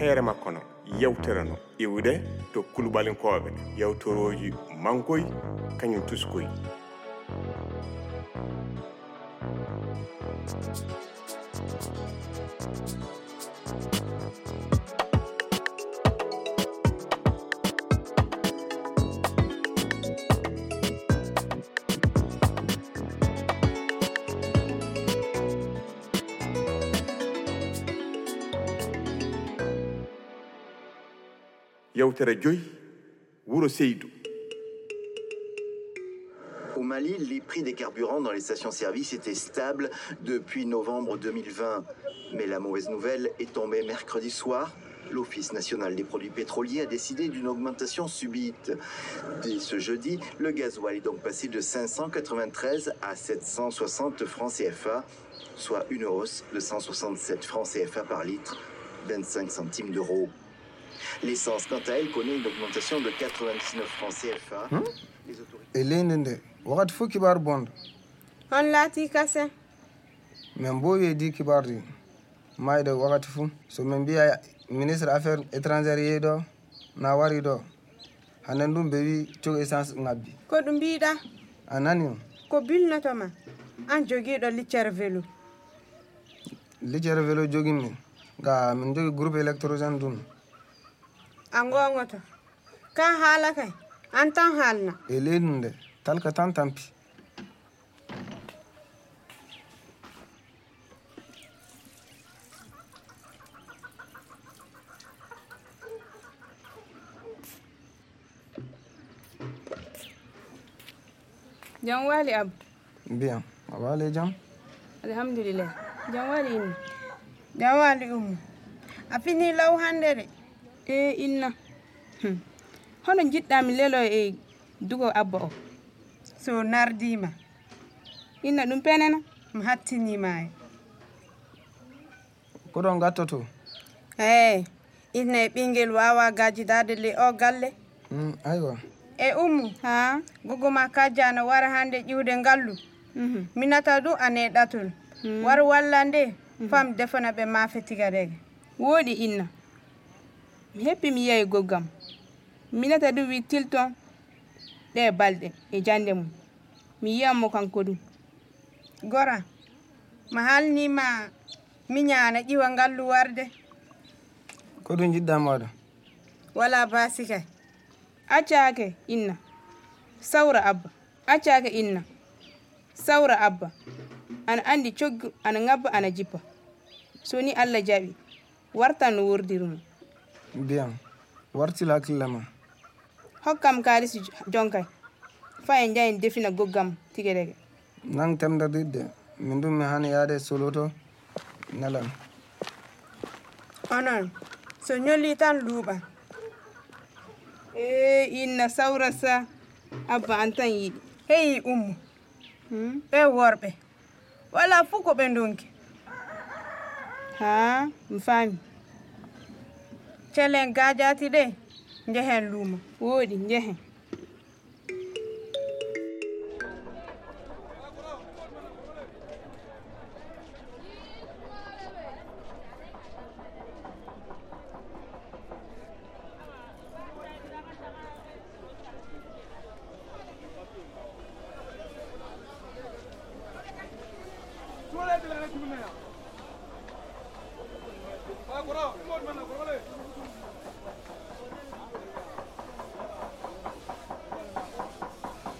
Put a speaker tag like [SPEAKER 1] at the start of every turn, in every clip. [SPEAKER 1] heere makko no yewterano iwde to kulubalinkoɓe yewtoroji mankoy kañum tuskoy yewtere joyi wuro seydou
[SPEAKER 2] Au Mali, les prix des carburants dans les stations-service étaient stables depuis novembre 2020. Mais la mauvaise nouvelle est tombée mercredi soir. L'Office national des produits pétroliers a décidé d'une augmentation subite. Dès ce jeudi, le gasoil est donc passé de 593 à 760 francs CFA, soit une hausse de 167 francs CFA par litre, 25 centimes d'euros. L'essence, quant à elle, connaît une augmentation de 99 francs CFA. Les autorités-
[SPEAKER 3] e leydi nde wakkati fuu kibaru bonda
[SPEAKER 4] hon laati kasen
[SPEAKER 3] min bo weedi kibaru ɗi mayɗo wakkati fuu so min mbiya ministre affaire étrangére yehi ɗo na wari ɗo hannen ɗum ɓe wi cogo essence ŋabbi
[SPEAKER 4] ko ɗum mbiɗa
[SPEAKER 3] a nani o
[SPEAKER 4] ko bilnotoma an jogiiɗo liccere velu
[SPEAKER 3] liccere velo joginmi ga min jogi groupe électrogéne ɗum
[SPEAKER 4] a gongoto kan haala kay an tan haalna
[SPEAKER 3] e leydi nde talka tan tampi
[SPEAKER 4] jam waali abu
[SPEAKER 3] mbiyam a waale jam
[SPEAKER 4] alhamdulillah jam waali inna jam waali ummu a fini law hannde de e inna Hmm. hono jiɗɗami lelo e dugo abba o so nardima inna ɗum penena mi hattinima e
[SPEAKER 3] ko ɗon gattoto
[SPEAKER 4] eyi inna e ɓinguel wawa gajidade le o galle
[SPEAKER 3] Mm, aywa
[SPEAKER 4] e ummu ha gogoma kajjano wara hande ƴiwde ngallu
[SPEAKER 5] Mhm.
[SPEAKER 4] minata ɗum ane ɗatol
[SPEAKER 5] Hmm.
[SPEAKER 4] war walla nde fam defana ɓe maafe tigarege
[SPEAKER 5] woɗi inna mi heppi mi yiyayi goggam minata ɗum wittilton ɗe balɗe e jande mum mi yiyanmo kanko ɗum
[SPEAKER 4] gora ma halnima miñana ƴiwa ngallu warde
[SPEAKER 3] ko ɗum jiɗɗa maɗa
[SPEAKER 4] wala basi kay
[SPEAKER 5] accake inna sawra abba accake inna sawra abba ana andi coggu ana ngabba ana jippa so ni allah jaɓi wartan no wordirimo
[SPEAKER 3] mbiyam wartila hakkille ma
[SPEAKER 5] hokkam kalisi jonkay fa en jahen defina goggam tigerege
[SPEAKER 3] nan temdadiɗde min ɗum mi hani yaade soloto nalan
[SPEAKER 4] onon so ñolli tan luuɓan
[SPEAKER 5] e inna sawra sa abba an tan yiɗi
[SPEAKER 4] heyi ummu
[SPEAKER 5] Hmm?
[SPEAKER 4] ɓe worɓe wala fuu ko ɓe donki
[SPEAKER 5] ha mi faami
[SPEAKER 4] celen gajati ɗe jehen luumo
[SPEAKER 5] wooɗi njehen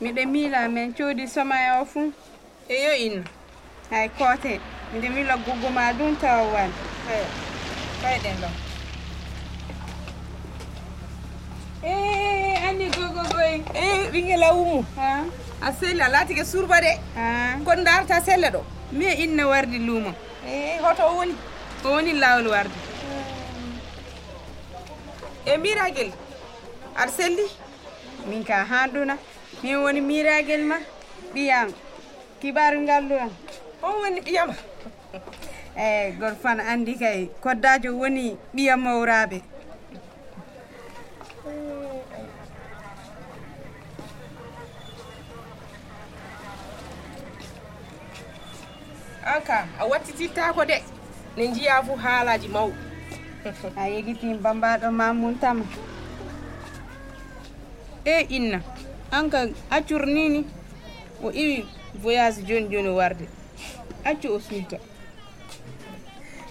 [SPEAKER 4] miɗe miila min coodi somaya o fuu
[SPEAKER 5] eyo inna
[SPEAKER 4] hay koote miɗe miila guggo ma ɗum tawa wan
[SPEAKER 5] fayɗen ɗon e
[SPEAKER 4] Eh,
[SPEAKER 5] anni gogogoy
[SPEAKER 4] e
[SPEAKER 5] Eh,
[SPEAKER 4] ɓinguel a wumu
[SPEAKER 5] ha
[SPEAKER 4] a selli a laatike surba de
[SPEAKER 5] ha
[SPEAKER 4] kon darata selle ɗo
[SPEAKER 5] mi e inna wardi luumo
[SPEAKER 4] e hoto o woni
[SPEAKER 5] o woni laawol wardi
[SPEAKER 4] e miragel aɗa selli min ka handuna min woni miragel ma ɓiyam kibaru ngalluran on woni ɓiyama eyyi goto fana Eh, andi kay koddajo woni ɓiya mawraɓe
[SPEAKER 5] an kam a wattitittako de
[SPEAKER 4] ne jiya fu haalaji mawɗi
[SPEAKER 6] a yegitin bambaɗo ma muntama
[SPEAKER 4] e inna an ka accur nini o iwi voyage joni joni warde accu o sulta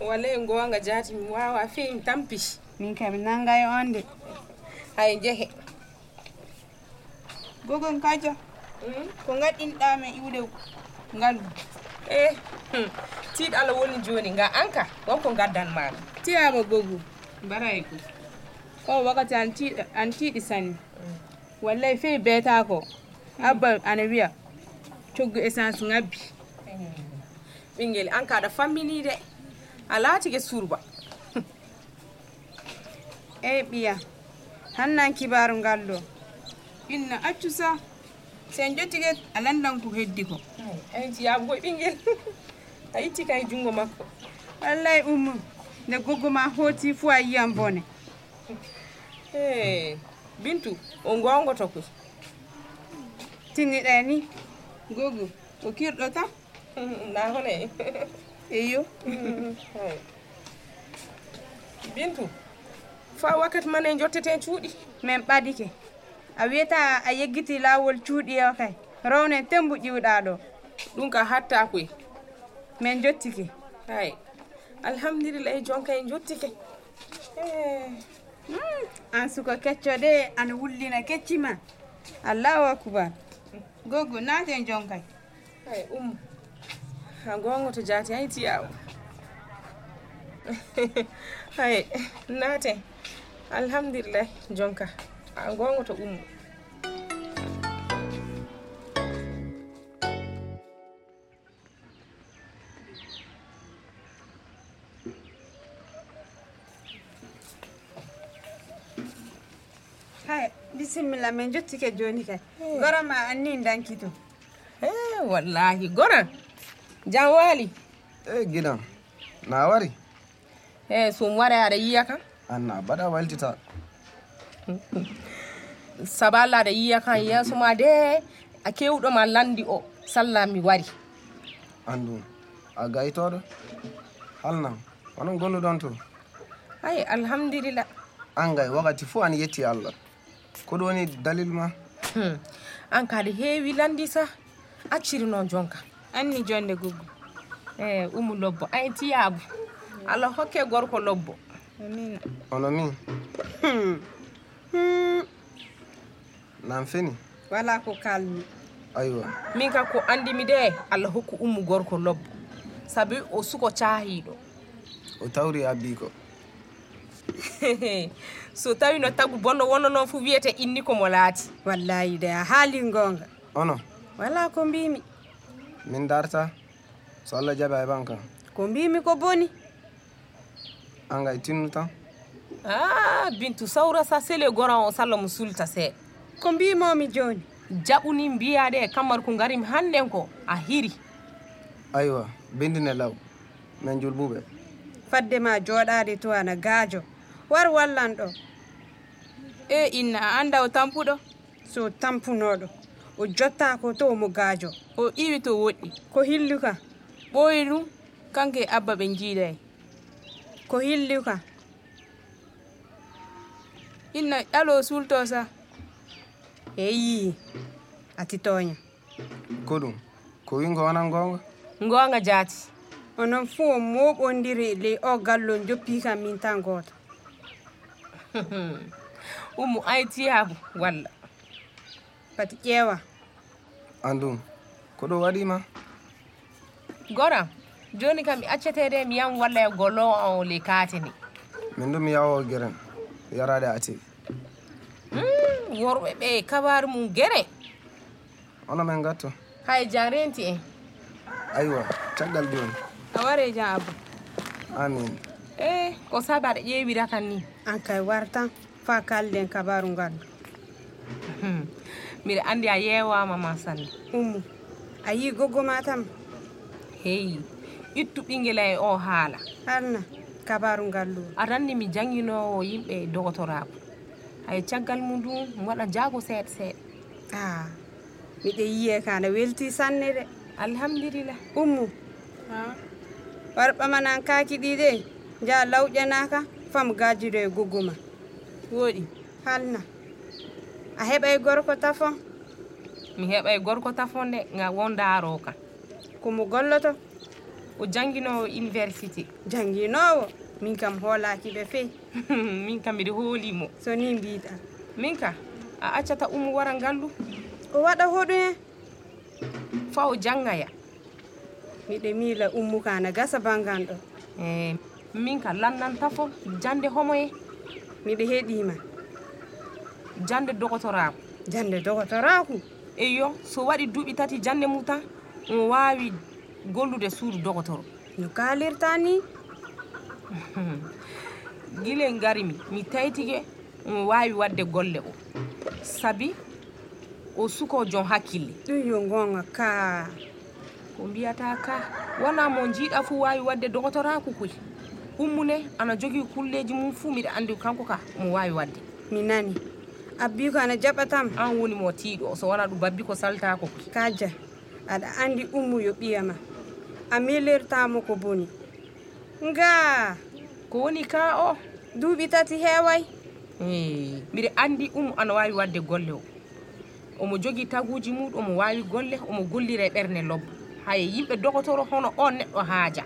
[SPEAKER 4] walla e gonga jaati mi wawa fewi mi tampi
[SPEAKER 6] min kam nangayo on de
[SPEAKER 4] hay jehe
[SPEAKER 6] gogon kaja
[SPEAKER 4] Hmm?
[SPEAKER 6] ko gaɗɗinɗame iwde ngalu
[SPEAKER 4] e tiiɗo allah woni joni nga an ka wonko gaddan maɗa
[SPEAKER 6] tiyama gogo
[SPEAKER 4] mbara e goto
[SPEAKER 6] o wakkati an tiiɗa an tiiɗi sanni wallay fewi beetako abba ana wiya coggu essence ngabbi
[SPEAKER 4] ɓinguel an kaɗa fammini de a laatike surba
[SPEAKER 6] eyi ɓiya Eh, hannan kibaru ngal ɗo inna accu sa sen jottike a landan ko heddi ko
[SPEAKER 4] ay jiyabogoy ɓinguel a itti kay jungo makko
[SPEAKER 6] wallay ummu nde goggo ma hooti fuu a yiyam bone
[SPEAKER 4] e bintu o gongoto koy
[SPEAKER 6] tinniɗa ni gogo o kirɗo tan
[SPEAKER 4] na hone
[SPEAKER 6] eyo
[SPEAKER 4] bintu fa wakkati man en jottete cuuɗi
[SPEAKER 6] min ɓadike a wiyata a yeggiti laawol cuuɗi o kay rowne tembu ƴiwɗa ɗo
[SPEAKER 4] ɗum ka hatta koy
[SPEAKER 6] min jottike
[SPEAKER 4] hay alhamdulillahi jonka en jottike
[SPEAKER 6] Mm, an suka kecco de ana wullina kecci ma allahu akubar gogo naten jonkay
[SPEAKER 4] hay umma ha gonga to jaati hay tiyawo hay naate alhamdulillahi jonka ha gonga to
[SPEAKER 6] um.
[SPEAKER 4] ummo
[SPEAKER 6] hay bisimilla min jottike joni kay goroma annin dankito
[SPEAKER 4] e
[SPEAKER 6] Eh,
[SPEAKER 4] wallahi goran jan waali
[SPEAKER 3] e giɗam na wari
[SPEAKER 6] Eh,
[SPEAKER 4] e so mi wara aɗa yiya kam
[SPEAKER 3] an na baɗa waltita
[SPEAKER 4] sabu allah aɗa yiya kam yeeso ma de a kewɗo ma landi o sallah mi wari
[SPEAKER 3] andu a gaytoɗo halnan onon golluɗon to
[SPEAKER 4] hay alhamdulillah
[SPEAKER 3] an gay wakkati fuu an yetti allah koɗum woni dalil ma
[SPEAKER 4] Hmm. an ka aɗa heewi landi sa accirino jonka
[SPEAKER 6] anni jonde gogo
[SPEAKER 4] e umu lobbo ay tiyaabo allah hokke gorko lobbo
[SPEAKER 6] amina
[SPEAKER 3] ono min
[SPEAKER 6] Hmm. Hmm.
[SPEAKER 3] nan feni
[SPEAKER 6] wala ko kalmi
[SPEAKER 3] aywa
[SPEAKER 4] min ka ko andimi de allah hokku ummu gorko lobbo sabi o suko cahiɗo
[SPEAKER 3] o tawri abbiko
[SPEAKER 4] so tawi no tagu bonno wonno noon fu wiyete inni komo laati
[SPEAKER 6] wallayi de a haali gonga
[SPEAKER 3] ono
[SPEAKER 6] wala ko mbimi
[SPEAKER 3] min darta so allah jaɓi a heɓan kam
[SPEAKER 6] ko mbimi ko boni
[SPEAKER 3] an gay tinnu tan
[SPEAKER 4] a Ah, bintu sawra sa sele goran o sallah mo sulta seeɗa
[SPEAKER 6] ko mbimomi joni
[SPEAKER 4] jaɓuni mbiyade kammar ko garimi hannden ko a hiri
[SPEAKER 3] aywa bindine law min julɓuɓe
[SPEAKER 6] fadde ma joɗade to ana gaajo war wallan ɗo
[SPEAKER 4] e inna a annda o tampuɗo
[SPEAKER 6] so tampunoɗo o jottako to mo gaajo
[SPEAKER 4] o iwi to woɗɗi
[SPEAKER 6] ko hilli ka
[SPEAKER 4] ɓooyi ɗum kanko e abba ɓe jiiday
[SPEAKER 6] ko hilli ka
[SPEAKER 4] inna ƴalo sulto sa
[SPEAKER 6] eyi a titoña
[SPEAKER 3] koɗum ko wingo wonan gonga
[SPEAKER 4] ngoonga jaati
[SPEAKER 6] onon fuu o moɓodiri ley o gallon joppi kam min tan goto
[SPEAKER 4] ummu aytiyaabo walla
[SPEAKER 6] pati ƴeewa
[SPEAKER 3] andum koɗo waɗima
[SPEAKER 4] goram jooni kam mi accetede mi yam walla e gollowo on o ley kaate ni
[SPEAKER 3] min ɗum yawo geren yarade ati
[SPEAKER 4] Hmm, worɓe ɓe e kabaru mum gere
[SPEAKER 3] ono min gatto
[SPEAKER 4] hay jan renti en
[SPEAKER 3] aywa caggal joni
[SPEAKER 4] a ware jan abba
[SPEAKER 3] amin
[SPEAKER 4] e ko sabi aɗa ƴeewira kan ni
[SPEAKER 6] an kay wartan fa kalden kabaru ngallu
[SPEAKER 4] Hmm, mbiɗa anndi a yeewama ma sanne
[SPEAKER 6] ummu a yi goggo ma tam
[SPEAKER 4] hey ittu ɓinguel en o haala
[SPEAKER 6] halna kabaru ngallu o.
[SPEAKER 4] aranni mi jangguinowo yimɓe dogotorako hay caggal mum du mi waɗa jaago seeɗa seeɗa
[SPEAKER 6] a miɗe yiye ka nde welti sanne de
[SPEAKER 4] alhamdulillah
[SPEAKER 6] ummu warɓama nan kaaki ɗi de nja lawƴanaka fam gajido e guguma
[SPEAKER 7] woɗi
[SPEAKER 6] halna a heɓay gorko tafon
[SPEAKER 4] mi heɓay gorko tafonde nga wondaro kam
[SPEAKER 6] komo golloto
[SPEAKER 4] o jangguinowo université
[SPEAKER 6] janginowo min kam hoolaki ɓe fey
[SPEAKER 4] min kam mbiɗa hoolimo
[SPEAKER 6] so ni mbiɗa
[SPEAKER 4] min ka a accata umo wara ngallu
[SPEAKER 6] o waɗa hoɗum hen
[SPEAKER 4] fa o janggaya
[SPEAKER 6] miɗe miila ummu kana gasa banganɗo
[SPEAKER 4] e min ka lannan tafo jande homoye
[SPEAKER 6] miɗe heeɗima
[SPEAKER 4] jande dogotorako
[SPEAKER 6] jande dogotoraku
[SPEAKER 4] eyo so waɗi duuɓi tati jande mum tan on wawi gollude suudu dogotoro
[SPEAKER 6] no kalirta ni
[SPEAKER 4] guile garimi mi taytike on wawi wadde golle o sabi o suko jon hakkille
[SPEAKER 6] ɗum yo gonga ka
[SPEAKER 4] ko mbiyata ka wona mo jiiɗa fuu wawi wadde dogotoraku koy ummune ana jogii kulleji mum fuu miɗa andi kanko ka omo wawi wadde
[SPEAKER 6] mi nani abbi ko ana jaɓatam
[SPEAKER 4] an woni mo tiiɗo so wona ɗum babbi ko saltako koy
[SPEAKER 6] kaja aɗa andi ummu yo ɓiyama a milirtamo ko boni nga
[SPEAKER 4] ko woni ka o
[SPEAKER 6] duuɓi tati heeway
[SPEAKER 4] Eh, mbiɗa anndi umo ana waawi waɗde golle o omo jogii taguuji muɗum omo waawi golle omo gollira e ɓernde lobba haye yimɓe dogotoro hono on neɗɗo haaja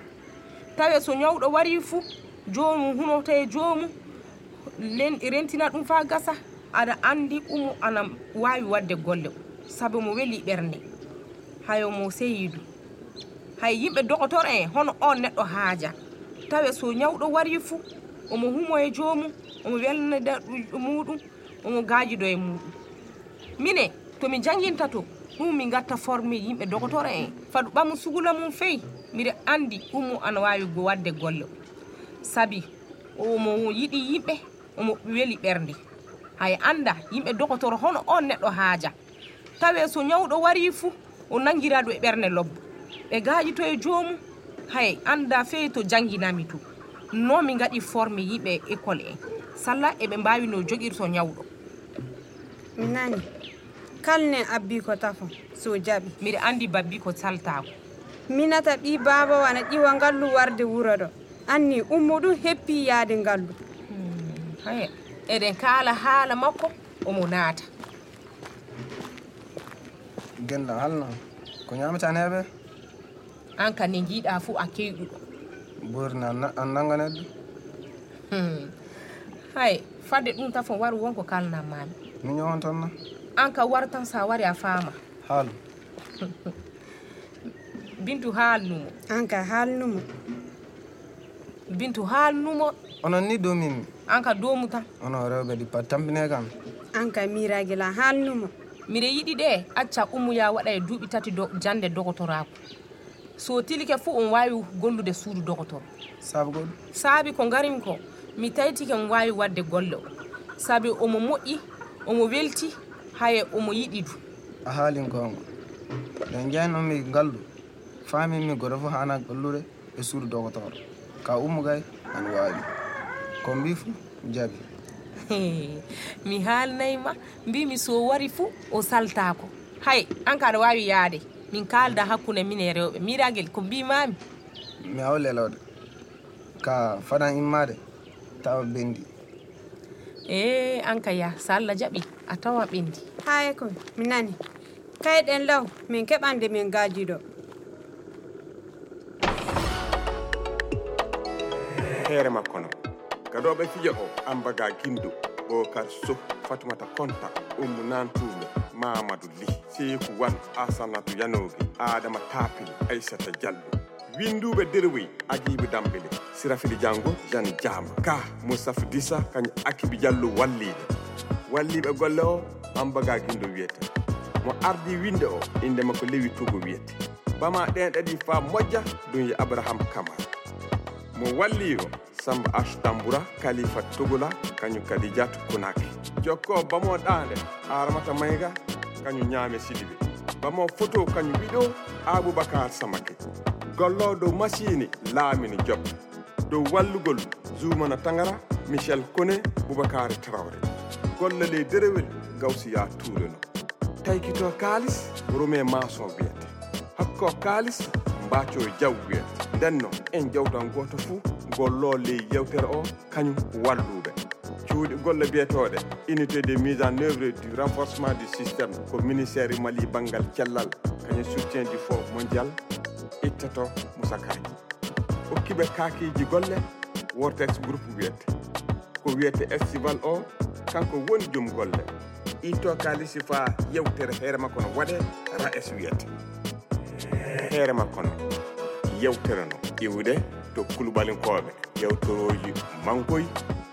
[SPEAKER 4] tawe so ñawɗo warii fuu joomum hunoto e joomum len rentina ɗum faa gasa aɗa anndi umo ana waawi waɗde golle o sabi omo welii ɓernde haye omo seyiidu hay yimɓe dogotoro en hono on neɗɗo haaja tawe so ñawɗo wari fuu omo humo e joomum omo welnida muɗum omo gaajido e muɗum mine tomi janginta to ɗum mi gatta formé yimɓe dogotoro en fadu ɓamu sugula mum feyi mbiɗa anndi ɗumo ana waawi go- waɗde golle o sabi omo yiɗi yimɓe omo weli ɓernde hay annda yimɓe dogotoro hono on neɗɗo haaja tawe so ñawɗo wari fuu o nangiraɗo e ɓernde lobbo ɓe gaaƴi to e joomum hay annda feewi to jannginami to noon min ngaɗi formé yimɓe école en salla eɓe mbawi no jogirto ñawɗo
[SPEAKER 6] mi nani kalne abbi ko tafon so jaɓi
[SPEAKER 4] mbiɗa anndi babbi ko saltako
[SPEAKER 6] minata ɓi baaba wana ƴiwa ngallu warde wuro ɗo anni ummu ɗum heppi yaade ngallu
[SPEAKER 4] haya eɗen kaala haala makko omo naata
[SPEAKER 3] genda halna ko ñamatan heɓe
[SPEAKER 4] an ka ne jiiɗa fuu a keyɗuɗo
[SPEAKER 3] ɓurna an nanga neɗɗo
[SPEAKER 4] Hmm. hay fadde ɗum tan fo waru wonko kalna mami
[SPEAKER 3] mi ñowon tonna
[SPEAKER 4] an ka war tan sa wari a faama
[SPEAKER 3] haalu
[SPEAKER 4] bintu haalnumo
[SPEAKER 6] an ka haalnumo
[SPEAKER 4] bintu haalnumo
[SPEAKER 3] onon ni domimi
[SPEAKER 4] an ka doomu tan
[SPEAKER 3] onon rewɓe ɗi pat tampine kam
[SPEAKER 6] an ka miragila haalnumo
[SPEAKER 4] miɗa yiɗi ɗe acca ummuya waɗa e duuɓi tati do, jande dogotorako so tilike fuu on wawi gollude suudu dogotoro
[SPEAKER 3] saabu goɗɗo
[SPEAKER 4] saabi ko ngarimi ko mi tawtike omo wawi wadde golle o saabi omo moƴƴi omo welti haye omo yiɗi du
[SPEAKER 3] a haalin gonga ɗen jeynomi ngallu faminmi goto fof hana gollude e suudu dogotoro ka ummugay ana waawi ko mbi fuu jaabi
[SPEAKER 4] mi haalnayima mbimi so wari fuu o saltako hay an ka aɗa wawi yaade min kalda hakkunde min e rewɓe miragel ko mbimami
[SPEAKER 3] mi haw lelode ka fadan immade tawa bendi
[SPEAKER 4] e an ka ya so allah jaaɓi a tawa ɓendi
[SPEAKER 6] haye ko mi nani kayɗen law min keɓande min gaajiɗo
[SPEAKER 1] feere makko no gadoɓe fija o ambaga guindo bocar sow fatimata konta ummu nantuɓe mamadou ly seyku wan asanatou yanogue adama tapil aissata diallo winduɓe derwey aguibe dambele sirafili diango jeanne diama ka moussafa dissa kañum akibi diallo walliɓe walliɓe golle o ambaga guindo wiyete mo ardi winde o indema ko lewi togo wiyete bama ɗen ɗaɗi fa moƴƴa ɗum yo abrahama camara mo walli o samba h tamboura kalifa togola kañum kadi diat konaki jokko bamo ɗande aramata mayga kañum ñaame sidibe bamo photo kañum wiɗo aboubacar samake gollowo dow masini laamini job dow wallugol zoumana tangara michel kone boubacar trawre golle ley derewel gawsiya toureno taykito kaalis rome maçon wiyete hakko kaalis baaco jawgu en nden noon en jawtan gooto fuu golloo ley yewtere o kañum walluɓe cuuɗi golle biyeteeɗe unité de mise en œuvre du renforcement du systéme ko ministére mali banngal cellal kañum soutien du fond mondial ittato musakaji hokkiɓe kaakiji golle wortex groupe wiyete ko wiyete estival o kanko woni joom golle itto kalisi faa yewtere heere makko no waɗe ra es wiyete heere makko no yewtere no iwde to kulubalinkoɓe yewtoroji mankoy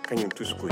[SPEAKER 1] kañum tuskoy